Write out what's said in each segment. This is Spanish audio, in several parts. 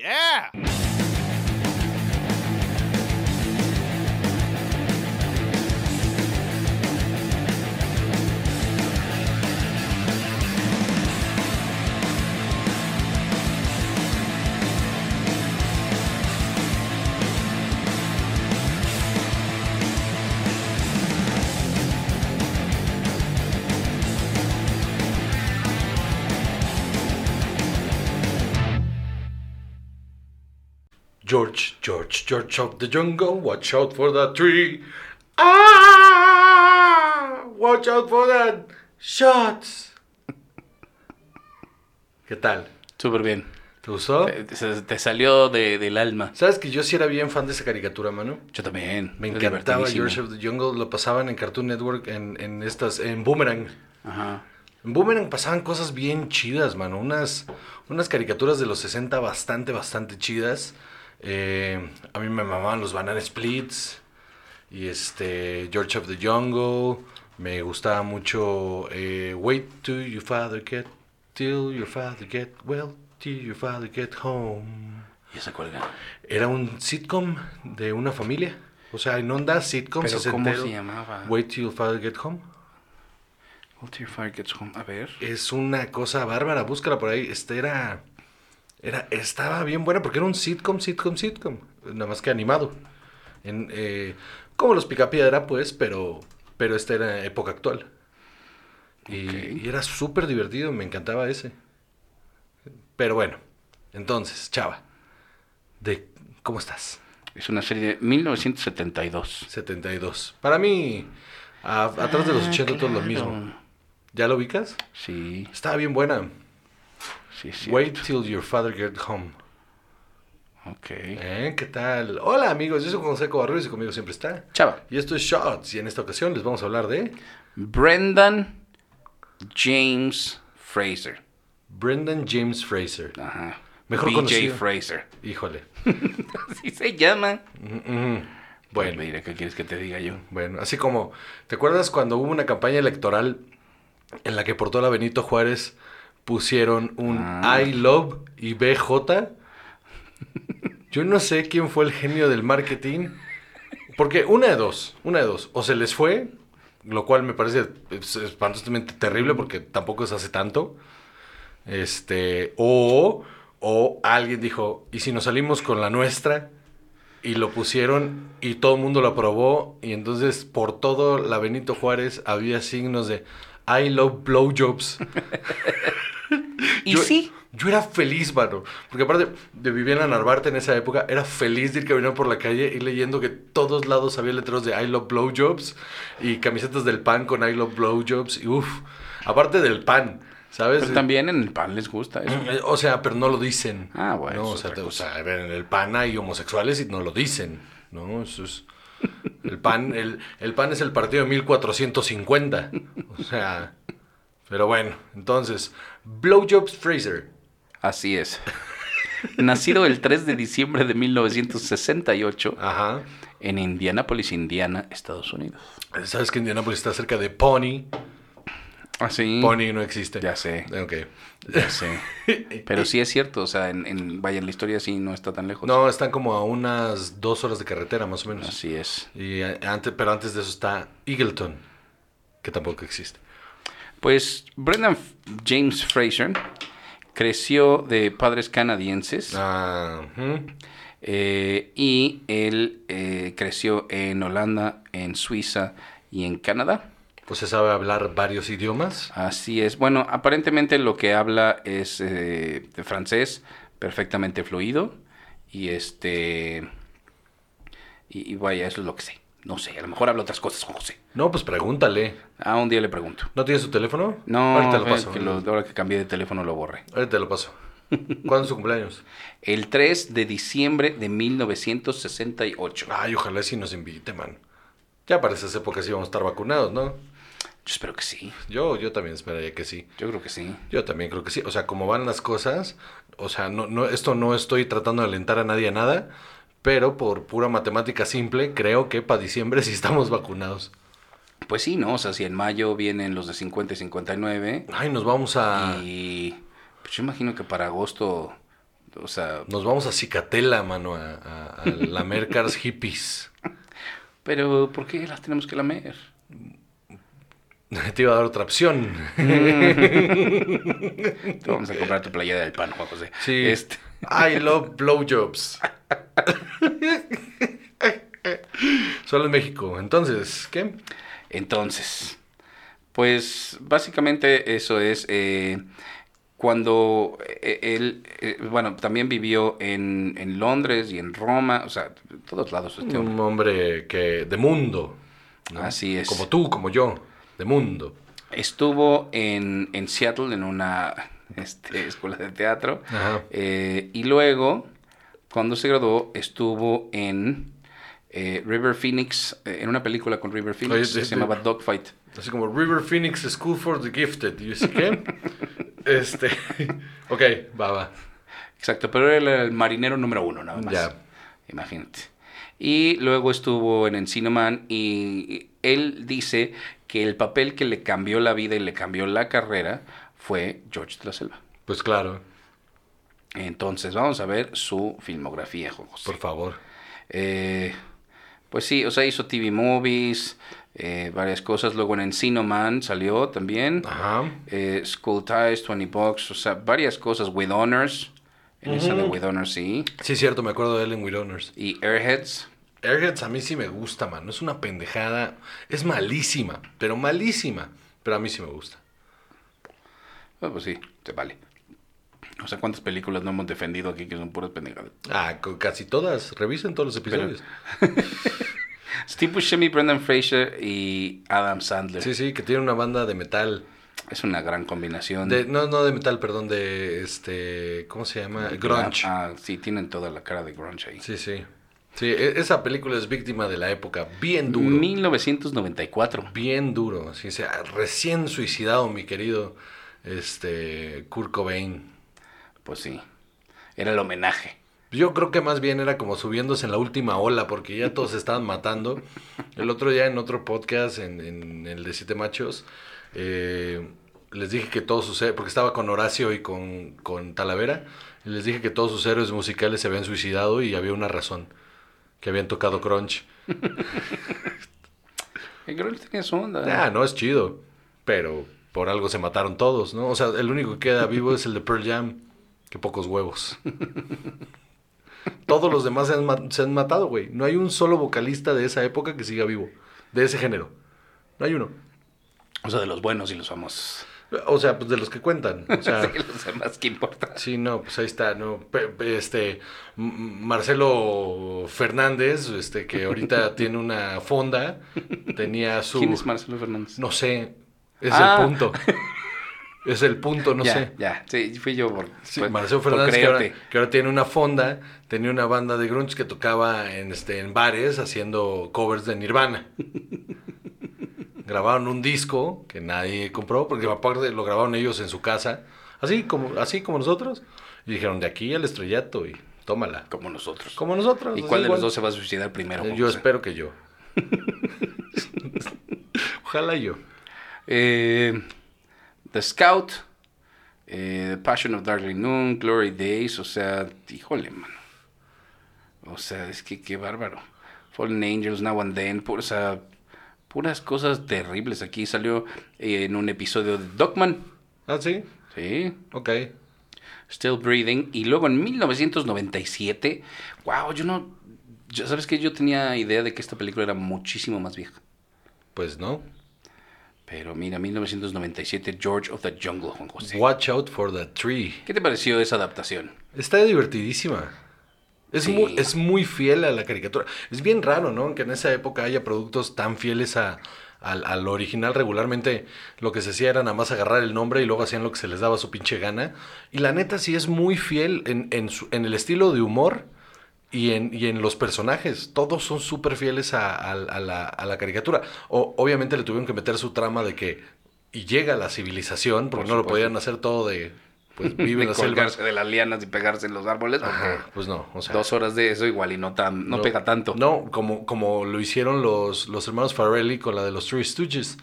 Yeah. George, George, George of the jungle, watch out for that tree. Ah, watch out for that shots. ¿Qué tal? Súper bien. ¿Te gustó? Eh, se- Te, salió de- del alma. ¿Sabes que yo sí era bien fan de esa caricatura, mano? Yo también. Me Es encantaba divertidísimo. George of the Jungle, lo pasaban en Cartoon Network, en, en estas, en Boomerang. Ajá. En Boomerang pasaban cosas bien chidas, mano. Unas, unas caricaturas de los 60 bastante, bastante chidas. Eh, a mí me mamaban los Banana Splits. Y este, George of the Jungle. Me gustaba mucho eh, Wait till your father get, till your father get well, till your father get home. Y se cuelga. Era un sitcom de una familia. O sea, en onda sitcom Pero ¿cómo sesentero. se llamaba? Wait till your father get home. What your fire gets home. A ver. Es una cosa bárbara, búscala por ahí. Este era, era, estaba bien buena porque era un sitcom, sitcom, sitcom, nada más que animado. En, eh, como los Picapiedra, pues, pero, pero esta era época actual. Y, Ok. y era súper divertido, me encantaba ese. Pero bueno, entonces, Chava, de, ¿cómo estás? Es una serie de 1972. 72. Para mí, a- atrás de los 80 todo lo mismo. Ah, Claro. ¿Ya lo ubicas? Sí, Estaba bien buena. sí, sí. Wait till your father get home. Ok. ¿Eh? ¿Qué tal? Hola amigos, yo soy José Covarrubias y conmigo siempre está. Chava. Y esto es Shots y en esta ocasión les vamos a hablar de Brendan James Fraser. Brendan James Fraser. Ajá. Mejor BJ conocido. Fraser. Híjole. Así se llama. Mm, mm. Bueno, Bueno, mira, ¿qué quieres que te diga yo? bueno, así como, ¿te acuerdas cuando hubo una campaña electoral en la que por toda la Benito Juárez pusieron un I love y BJ? Yo no sé quién fue el genio del marketing. Porque una de dos, una de dos. O se les fue, lo cual me parece es- espantosamente terrible porque tampoco se hace tanto. Este, o, o alguien dijo, ¿y si nos salimos con la nuestra? Y lo pusieron y todo el mundo lo aprobó. Y entonces por todo la Benito Juárez había signos de I love blowjobs. Y Yo- sí. Yo era feliz, mano. Porque aparte de vivir en la Narvarte en esa época, era feliz de ir caminando por la calle y leyendo que todos lados había letreros de I love blowjobs y camisetas del pan con I love blowjobs. Y uff, aparte del pan, ¿sabes? Pero también en el pan les gusta eso. Eh, O sea, pero no lo dicen. Ah, bueno, No, es o sea, otra te- o cosa. sea, a ver, en el pan hay homosexuales y no lo dicen. No, eso es. El pan, el, el pan es el partido de 1450. O sea. Pero bueno, entonces, Blowjobs Fraser. Así es. Nacido el 3 de diciembre de 1968 Ajá. en Indianápolis, Indiana, Estados Unidos. Sabes que Indianapolis está cerca de Pony. Así. Pony no existe. Mm. Ya sé. Ok. Ya sé. Pero sí es cierto, o sea, en, en- vaya, en la historia sí no está tan lejos. No, están como a unas dos horas de carretera, más o menos. Así es. Y eh, antes, pero antes de eso está Eagleton, que tampoco existe. Pues Brendan F- James Fraser creció de padres canadienses Ah, ujú. eh, y él eh, creció en Holanda, en Suiza y en Canadá. Pues se sabe hablar varios idiomas. Así es. Bueno, aparentemente lo que habla es eh, de francés perfectamente fluido y este y, y vaya, eso es lo que sé. No sé, a lo mejor habla otras cosas, no sé. No, pues pregúntale. Ah, un día le pregunto. ¿No tienes tu teléfono? No, Ahorita lo fue paso. que lo- ahora que cambié de teléfono lo borré. Ahorita lo paso. ¿Cuándo es su cumpleaños? El 3 de diciembre de 1968. Yo Ay, ojalá sí nos invite, man. Ya para esas épocas íbamos a estar vacunados, ¿no? espero que sí. Yo, yo también esperaría que sí. Yo creo que sí. Yo también creo que sí. O sea, como van las cosas, o sea, no, no, esto no estoy tratando de alentar a nadie a nada, pero por pura matemática simple, creo que para diciembre sí estamos vacunados. Pues sí, ¿no? O sea, si en mayo vienen los de 50 y 59 Ay, nos vamos a... y pues yo imagino que para agosto O sea, Nos vamos a Cicatela, mano, a, a, a lamer cars hippies. pero ¿por qué las tenemos que lamer? Te iba a dar otra opción. Te vamos a comprar tu playera del pan, Juan José. Sí. Este, I love blowjobs. Solo en México. Entonces, ¿qué? entonces, pues básicamente eso es eh, cuando eh, él, eh, bueno, también vivió en, en Londres y en Roma, o sea, en todos lados. este hombre. Pues, Un hombre que de mundo. ¿no? Así es. Como tú, como yo, de mundo. Estuvo en, en Seattle en una este, escuela de teatro. Ajá. Eh, y luego, cuando se graduó, estuvo en eh, River Phoenix, eh, en una película con River Phoenix Oye, que de- se de- llamaba Dogfight. Así como River Phoenix School for the Gifted. ¿Y yo sé qué? este. ok, va, va. Exacto, pero él era el marinero número uno, nada más. Ya. Imagínate. Y luego estuvo en Encino Man y él dice que el papel que le cambió la vida y le cambió la carrera fue George de la Selva. Pues claro, Entonces, vamos a ver su filmografía, Juan José. por favor. Eh, pues sí, o sea, hizo TV Movies, eh, varias cosas. Luego en Encino Man salió también. Ajá. Eh, School Ties, 20 Bucks, o sea, varias cosas. With Honors, en esa de Ujú. With Honors, sí. Sí, cierto, me acuerdo de él en Will Honors. Y Airheads, Airheads a mí sí me gusta, mano. Es una pendejada. Es malísima, pero malísima. Pero a mí sí me gusta. bueno, pues sí, te vale. O sea, ¿cuántas películas no hemos defendido aquí que son puras pendejadas? Ah, co- casi todas. Revisen todos los episodios. Steve Buscemi, Brendan Fraser y Adam Sandler. Sí, sí, que tiene una banda de metal. Es una gran combinación. De, no, no de metal, perdón, de este. ¿Cómo se llama? Grunge. Ah, sí, tienen toda la cara de grunge ahí. Sí, sí. Sí, e- esa película es víctima de la época. Bien duro. 1994. Bien duro. Así sea, recién suicidado, mi querido este, Kurt Cobain. Pues sí. Era el homenaje. Yo creo que más bien era como subiéndose en la última ola, porque ya todos se estaban matando. El otro día en otro podcast, en, en el de Siete Machos, eh, les dije que todos sus héroes, porque estaba con Horacio y con, con Talavera, y les dije que todos sus héroes musicales se habían suicidado y había una razón, que habían tocado Crunch. El grunge tenía su onda. ¿eh? Ah, no es chido, pero por algo se mataron todos, ¿no? O sea, el único que queda vivo es el de Pearl Jam. Qué pocos huevos. Todos los demás se han, ma- se han matado, güey. No hay un solo vocalista de esa época que siga vivo, de ese género. No hay uno. O sea, de los buenos y los famosos. O sea, pues de los que cuentan. O sea, Sí, los demás, ¿qué importa? Sí, no, pues ahí está, no, Pe- pe- este, M- M- Marcelo Fernández, este, que ahorita tiene una fonda, tenía su, ¿Quién es Marcelo Fernández? no sé, es Ah. el punto, es el punto, no ya, sé. Ya, sí, fui yo por. Sí, por- Marcelo por Fernández, que ahora, creerte. que ahora tiene una fonda, tenía una banda de grunge que tocaba en, este, en bares haciendo covers de Nirvana. grabaron un disco que nadie compró, porque aparte lo grabaron ellos en su casa, así como, así como nosotros, y dijeron, de aquí al estrellato y tómala. Como nosotros. Como nosotros. ¿Y así cuál de los igual. dos se va a suicidar primero? Eh, Juan Yo José? espero que yo. Ojalá yo. Eh, The Scout, eh, Passion of Darling Noon, Glory Days, o sea, híjole, mano. O sea, es que qué bárbaro. Fallen Angels, Now and Then, pu- o sea, puras cosas terribles. Aquí salió eh, en un episodio de Dogman, Ah, sí, sí, ok. Still Breathing, y luego en 1997, wow, yo no, ya sabes que yo tenía idea de que esta película era muchísimo más vieja. Pues no. Pero mira, 1997, George of the Jungle, Juan José. Watch out for the tree. ¿Qué te pareció esa adaptación? Está divertidísima. Es, Sí. muy, es muy fiel a la caricatura. Es bien raro, ¿no? Que en esa época haya productos tan fieles a, al, al original. Regularmente lo que se hacía era nada más agarrar el nombre y luego hacían lo que se les daba su pinche gana. Y la neta sí es muy fiel en, en su- en el estilo de humor y en, y en los personajes. Todos son súper fieles a, a- a la, a la caricatura. O, obviamente le tuvieron que meter su trama de que y llega la civilización, porque Por no lo supuesto. podían hacer todo de... Pues vive De en la selva. colgarse de las lianas y pegarse en los árboles. porque Ajá, pues no, o sea. dos horas de eso igual y no tan, no, pega tanto. No, como, como lo hicieron los, los hermanos Farrelly con la de los Three Stooges,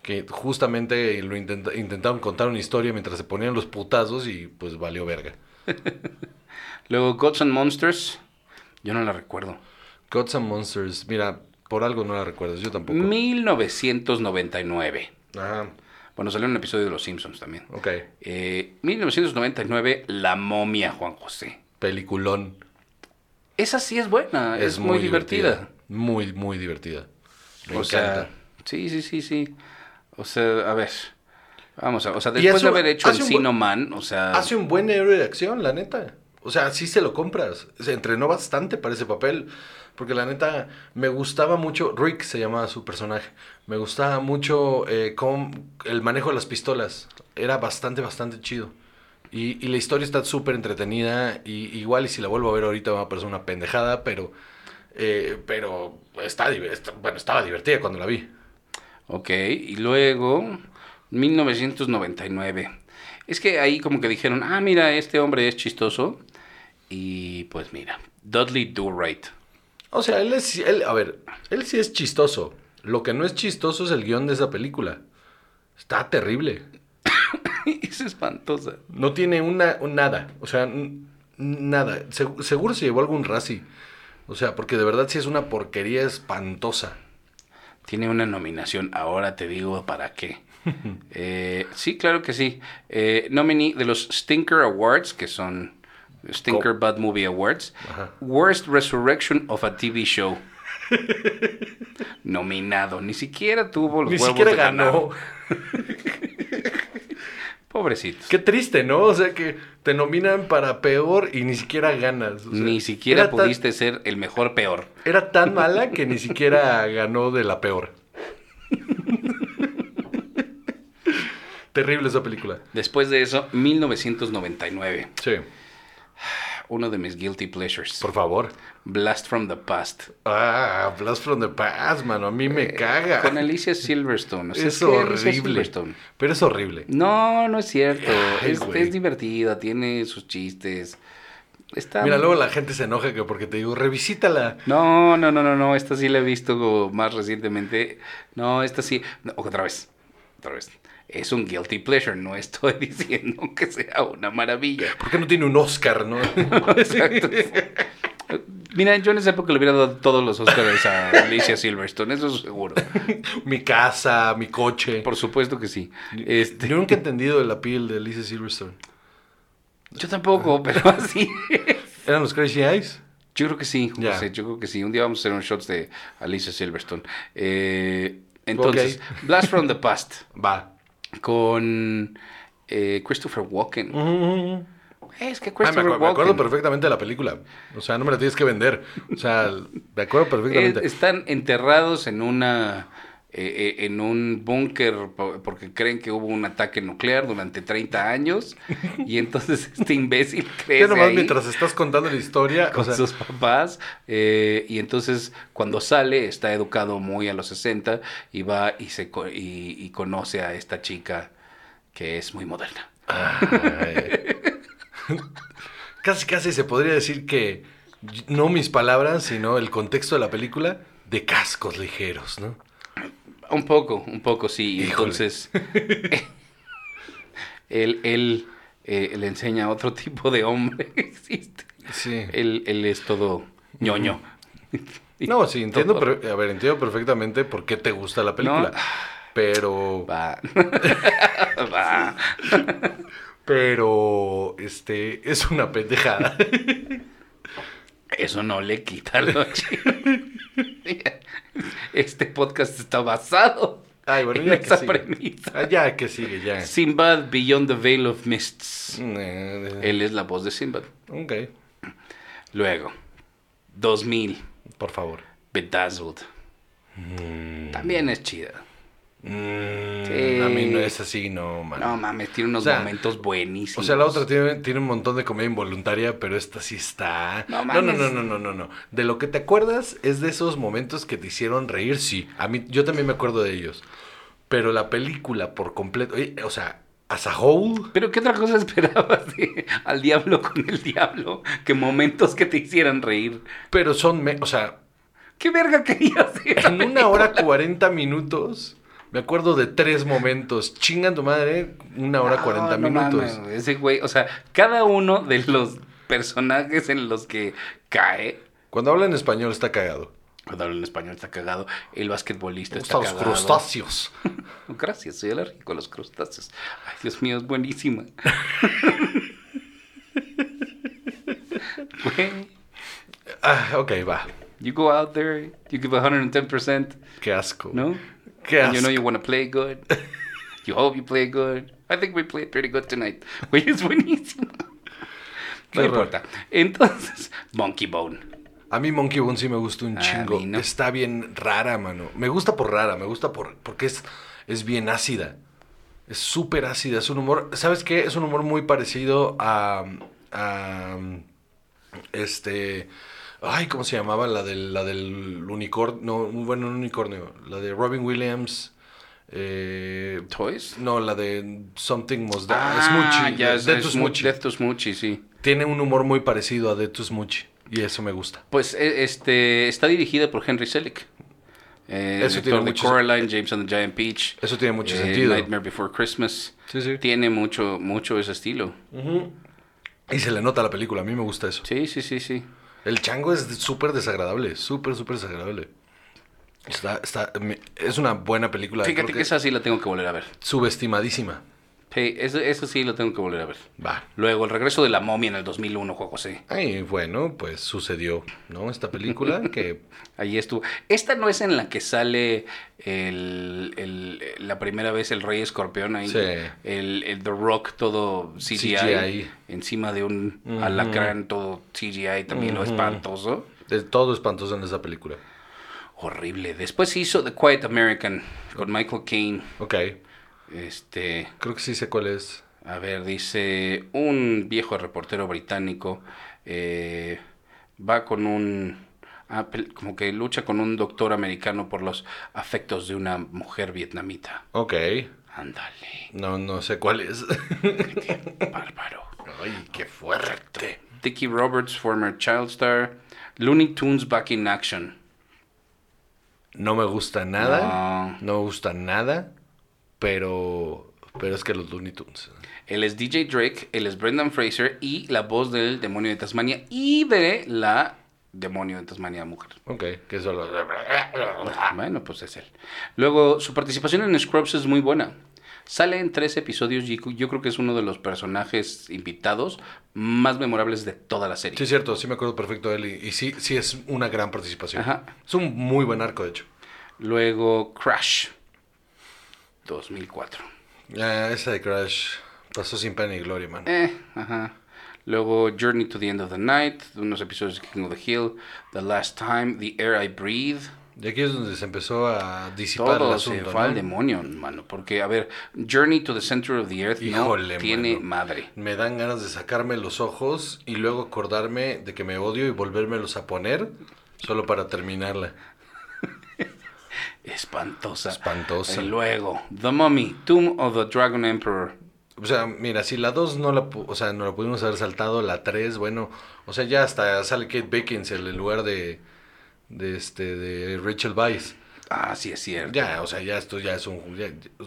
que justamente lo intenta- intentaron contar una historia mientras se ponían los putazos y pues valió verga. Luego Gods and Monsters. Yo no la recuerdo. Gods and Monsters. Mira, por algo no la recuerdas. Yo tampoco. 1999. Ajá. Bueno, salió un episodio de Los Simpsons también. Ok. Eh, 1999, La momia, Juan José. Peliculón. Esa sí es buena, Ah, es, muy, divertida. Muy, muy divertida. Me O encanta. sea, sí, sí, sí, sí. O sea, a ver. Vamos a, o sea, después hace de un- haber hecho hace un buen- Encino Man, o sea, Hace un buen héroe de acción, la neta. O sea, sí se lo compras. Se entrenó bastante para ese papel. Porque la neta, me gustaba mucho. Rick se llamaba su personaje. Me gustaba mucho eh, con el manejo de las pistolas. Era bastante, bastante chido. Y, y la historia está súper entretenida. Y igual, y si la vuelvo a ver ahorita, me va a parecer una pendejada. Pero. eh, pero está, div- está- bueno, estaba divertida cuando la vi. ok, y luego 1999. Es que ahí como que dijeron, ah, mira, este hombre es chistoso. Y pues mira, Dudley Do Right. O sea, él es. Él, a ver, él sí es chistoso. Lo que no es chistoso es el guión de esa película. Está terrible. es espantosa. No tiene una, un nada. O sea, n- nada. Se- seguro se llevó algún Razzie. O sea, porque de verdad sí es una porquería espantosa. Tiene una nominación, ahora te digo para qué. Eh, sí, claro que sí. Eh, nominee de los Stinker Awards, que son Stinker Bad Movie Awards. Ajá. Worst Resurrection of a TV Show. Nominado. Ni siquiera tuvo los Ni huevos siquiera de ganar. ganó. Pobrecitos. Qué triste, ¿no? O sea, que te nominan para peor y ni siquiera ganas. O sea, Ni siquiera era tan- pudiste ser el mejor peor. era tan mala que ni siquiera ganó de la peor. terrible esa película. Después de eso, 1999. Sí, Uno de mis guilty pleasures. por favor. Blast from the Past. Ah, Blast from the Past, mano. A mí me caga. Eh, Con Alicia Silverstone. O sea, es ¿qué Alicia horrible. Silverstone? Pero es horrible. No, no es cierto. Ay, es, güey. es divertida, tiene sus chistes. Está... Mira, luego la gente se enoja que porque te digo, revisítala. No, no, no, no, no. Esta sí la he visto más recientemente. No, esta sí. no, otra vez. Otra vez. Es un guilty pleasure. No estoy diciendo que sea una maravilla. ¿Por qué no tiene un Oscar, no? Exacto. Mira, yo en esa época le hubiera dado todos los Oscars a Alicia Silverstone, eso es seguro. mi casa, mi coche. Por supuesto que sí. Este, Yo nunca he entendido la piel de Alicia Silverstone. yo tampoco, pero así. ¿Eran los Crazy Eyes? Yo creo que sí, Juan Ya. José, yo creo que sí. Un día vamos a hacer un shots de Alicia Silverstone. Eh, entonces, Ok. Blast from the Past Va. con eh, Christopher Walken. Mm. Es que Ah, me, Christopher acu- me acuerdo Walken perfectamente de la película. O sea, no me la tienes que vender. O sea, me acuerdo es- perfectamente. Eh, están enterrados en una eh, eh, en un búnker po- porque creen que hubo un ataque nuclear durante 30 años y entonces este imbécil crece Ya nomás ahí. mientras estás contando la historia. con o sea, sus papás eh, y entonces cuando sale está educado muy a los 60 y va y se co- y, y conoce a esta chica que es muy moderna. Ay. casi, casi se podría decir que y- no mis palabras, sino el contexto de la película de cascos ligeros, ¿no? Un poco, un poco sí. Y Híjole. entonces él, él eh, le enseña a otro tipo de hombre que existe. Sí. Él, él es todo ñoño. No, sí, entiendo, per- a ver, entiendo perfectamente por qué te gusta la película. No. Pero, Va. Va. pero, este, es una pendejada. Eso no le quita lo chido. Este podcast está basado Ay, bueno, en ya que esa sigue. premisa. Ah, ya que sigue, ya. Sinbad Beyond the Veil of Mists. Eh, Él es la voz de Sinbad. ok, Luego, 2000, por favor. Bedazzled. También es chida. Mm, Sí. A mí no es así, no, man. No mames, tiene unos O sea, momentos buenísimos. O sea, la otra tiene, tiene un montón de comida involuntaria, pero esta sí está. No No, no, no, mames. no, no, no, no. De lo que te acuerdas es de esos momentos que te hicieron reír, sí. A mí, yo también me acuerdo de ellos. Pero la película por completo, oye, o sea, as a whole, Pero ¿qué otra cosa esperabas de Al Diablo con el Diablo? Que momentos que te hicieran reír. pero son, me- o sea, ¿Qué verga querías hacer? en una hora cuarenta minutos, me acuerdo de tres momentos. Chingan tu madre, una hora No, cuarenta no minutos. mames, güey. ese güey, o sea, cada uno de los personajes en los que cae. Cuando habla en español está cagado. Cuando habla en español está cagado. El basquetbolista Me está gustan los cagado. crustáceos. Gracias, soy alérgico a los crustáceos. Ay, Dios mío, es buenísima. Güey, Ah, ok, va. you go out there, you give 110%, Qué asco. ¿no? Qué And you know asco. you want to play good. You hope you play good. I think we played pretty good tonight. Güey, es buenísimo. No Qué importa. Entonces, Monkey Bone. A mí Monkey Bone sí me gusta un A chingo. mí no. Está bien rara, mano. Me gusta por rara, me gusta por porque es, es bien ácida. Es súper ácida. Es un humor. ¿Sabes qué? Es un humor muy parecido a. a, este. Ay, ¿cómo se llamaba? La del, la del unicornio. No, un- bueno, un unicornio. La de Robin Williams. Eh, ¿Toys? no, la de Something Must Die. Ah, Smoochie, ya, de- es, Death es to mu- Smoochie. Death to Smoochie, sí. Tiene un humor muy parecido a Death to Smoochie. Y eso me gusta. Pues e- este está dirigida por Henry Selick. Eh, Eso director tiene de mucho- Coraline, James and the Giant Peach. Eso tiene mucho eh, sentido. Nightmare Before Christmas. Sí, sí. Tiene mucho, mucho ese estilo. Y se le nota a la película, a mí me gusta eso. Sí, sí, sí, sí. El chango es súper desagradable, súper, súper desagradable. Está, está, me- es una buena película. creo Fíjate que esa sí la tengo que volver a ver. Subestimadísima. Sí, eso, eso sí la tengo que volver a ver. Va. Luego, el regreso de la momia en el 2001, Juan José. Y bueno, pues sucedió, ¿no? Esta película que... Ahí estuvo. Esta no es en la que sale el- el- la primera vez el Rey Escorpión ahí. Sí. El, el The Rock todo CGI. CGI. Encima de un alacrán todo CGI también lo espantoso. de todo espantoso en esa película. Horrible. Después hizo The Quiet American con Michael Caine. Ok, Este. creo que sí sé cuál es. A ver, dice un viejo reportero británico eh, va con un ah, pel- como que lucha con un doctor americano por los afectos de una mujer vietnamita. Ok, Ándale, no, no sé cuál es. bárbaro. Ay, qué fuerte. Dickie Roberts, former child star, Looney Tunes back in action. No me gusta nada, no, me gusta nada, pero, pero es que los Looney Tunes. Él es DJ Drake, él es Brendan Fraser y la voz del demonio de Tasmania y de la demonio de Tasmania mujer. Ok, que eso lo... Ah. Bueno, pues es él. Luego, su participación en Scrubs es muy buena. Sale en tres episodios y yo creo que es uno de los personajes invitados más memorables de toda la serie. Sí, es cierto, sí me acuerdo perfecto de él y, y sí, sí es una gran participación. Ajá. Es un muy buen arco, de hecho. Luego, Crash, 2004. Eh, esa de Crash pasó sin pena ni gloria, man. Eh, ajá. Luego, Journey to the End of the Night, unos episodios de King of the Hill, The Last Time, The Air I Breathe. Y aquí es donde se empezó a disipar el Todo se asunto. fue al ¿no? demonio, mano. Porque, a ver, Journey to the Center of the Earth Híjole, no tiene mano. madre. Me dan ganas de sacarme los ojos y luego acordarme de que me odio y volvérmelos a poner solo para terminarla. Espantosa. Espantosa. Y luego, The Mummy, Tomb of the Dragon Emperor. O sea, mira, si la 2 no la, pu- o sea, no la pudimos haber saltado, la 3, bueno, o sea, ya hasta sale Kate Beckinsale en lugar de, de este, de Rachel Weisz. Ah, sí, es cierto. Ya, o sea, ya esto ya es un... ya- ya-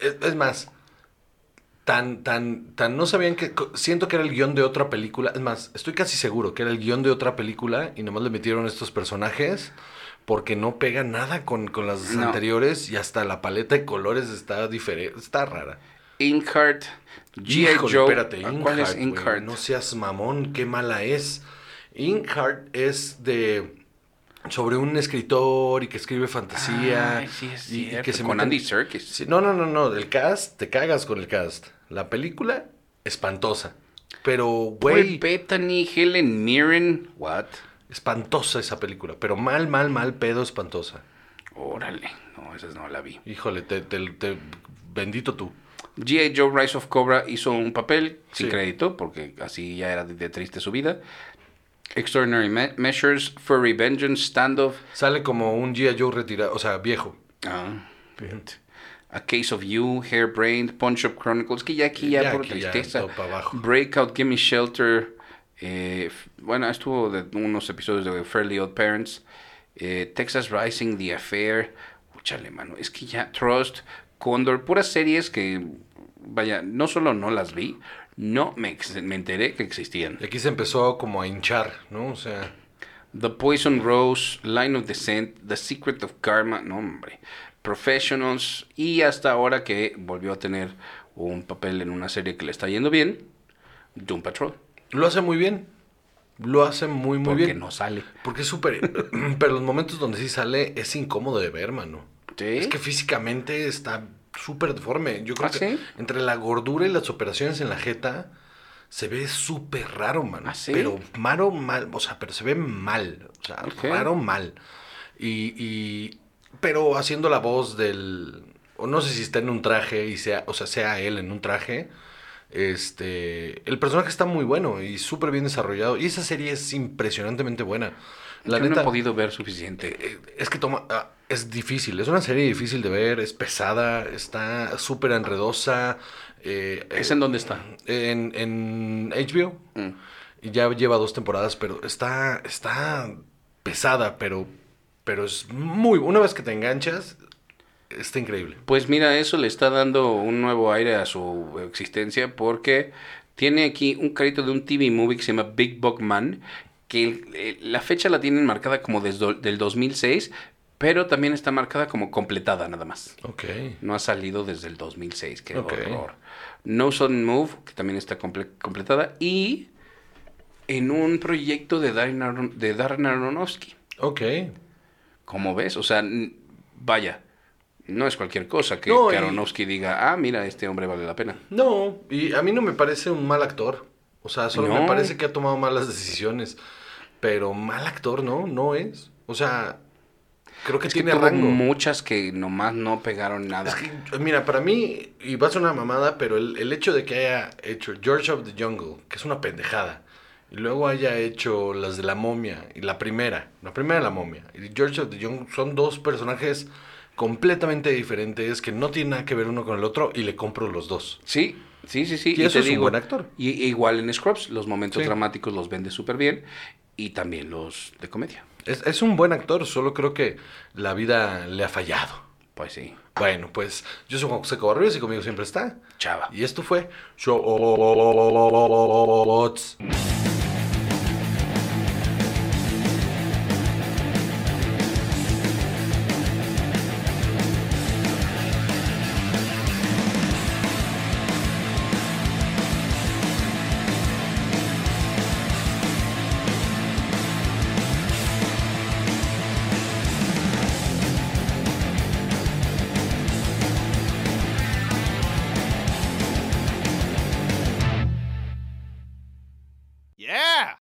es, es más, tan, tan, tan no sabían que... co- Siento que era el guión de otra película. Es más, estoy casi seguro que era el guión de otra película y nomás le metieron estos personajes porque no pega nada con, con las No. anteriores y hasta la paleta de colores está diferente, está rara. Inkheart, G.I. Híjole, Joe. espérate, Ah, ¿Cuál es Inkheart, güey, Inkheart? No seas mamón, qué mala es. Inkheart es de sobre un escritor y que escribe fantasía Ay, Ah, sí, es y, y cierto, que se con meten- Andy Serkis. Sí, no, no, no, no, el cast, te cagas con el cast. La película espantosa. Pero güey, Güey, Bethany, Helen Mirren. What? espantosa esa película, pero mal mal mal pedo espantosa. Órale, no, esa no la vi. Híjole, te, te- te- bendito tú. G.I. Joe Rise of Cobra hizo un papel sin Sí. crédito, porque así ya era de, de triste su vida. Extraordinary Me- Measures, Furry Vengeance, Standoff, Sale como un G.I. Joe retirado, o sea, viejo. Ah, fíjate. A Case of You, Hairbrained, Punch Up Chronicles, que ya aquí ya, Ya por aquí ya, tristeza. todo pa' abajo. Breakout, Gimme Shelter. eh, f- bueno, estuvo de unos episodios de Fairly Odd Parents. eh, Texas Rising, The Affair. Úchale, mano. Es que ya Trust, Condor, puras series que, vaya, no solo no las vi, No me, ex- me enteré que existían. Y aquí se empezó como a hinchar, ¿no? O sea, The Poison Rose, Line of Descent, The Secret of Karma, no hombre, Professionals y hasta ahora que volvió a tener un papel en una serie que le está yendo bien, Doom Patrol, lo hace muy bien. Lo hace muy, muy porque bien. no sale. Porque es súper... pero los momentos donde sí sale es incómodo de ver, mano. Sí. Es que físicamente está súper deforme. Yo creo ¿Ah, que sí? entre la gordura y las operaciones en la jeta se ve súper raro, mano. ¿Ah, sí? Pero malo, mal. O sea, pero se ve mal. O sea, Ok. raro, mal. Y, y- Pero haciendo la voz del. O no sé si está en un traje y sea. O sea, sea él en un traje. Este. El personaje está muy bueno y súper bien desarrollado. Y esa serie es impresionantemente buena. La Yo neta. no he podido ver suficiente. Eh, Es que toma. ah, Es difícil, es una serie difícil de ver, es pesada, está súper enredosa. eh, ¿Es eh, en dónde está? en, en HBO. Mm. Y ya lleva dos temporadas, pero está, está pesada, pero, pero es muy. Una vez que te enganchas, está increíble. Pues mira, eso le está dando un nuevo aire a su existencia porque tiene aquí un crédito de un TV movie que se llama Big Bug Man, que el- el- la fecha la tienen marcada como desde el 2006, pero también está marcada como completada nada más. Ok. No ha salido desde el 2006, qué Ok. horror. No Sudden Move, que también está comple- completada, y en un proyecto de Darren, Aron- de Darren Aronofsky. Ok. Como ves? O sea, n- vaya, no es cualquier cosa que, No, que y- Aronofsky diga, ah, mira, este hombre vale la pena. No, y a mí no me parece un mal actor. O sea, solo me No. parece que ha tomado malas decisiones. Pero mal actor, ¿no? No es. O sea, creo que Es que tiene tuvo rango. muchas que nomás no pegaron nada. Es que, mira, para mí, y va a ser una mamada, pero el, el hecho de que haya hecho George of the Jungle, que es una pendejada, y luego haya hecho las de la momia, y la primera, la primera de la momia, y George of the Jungle son dos personajes completamente diferentes que no tienen nada que ver uno con el otro, y le compro los dos. Sí, sí, sí, sí. Y eso es un buen actor. Y, y e igual en Scrubs, los momentos Sí. dramáticos los vende súper bien y también los de comedia. Es, es un buen actor, solo creo que la vida le ha fallado. Pues sí, Bueno, pues yo soy Juan José Cobarrios y conmigo siempre está. chava. Y esto fue Shots.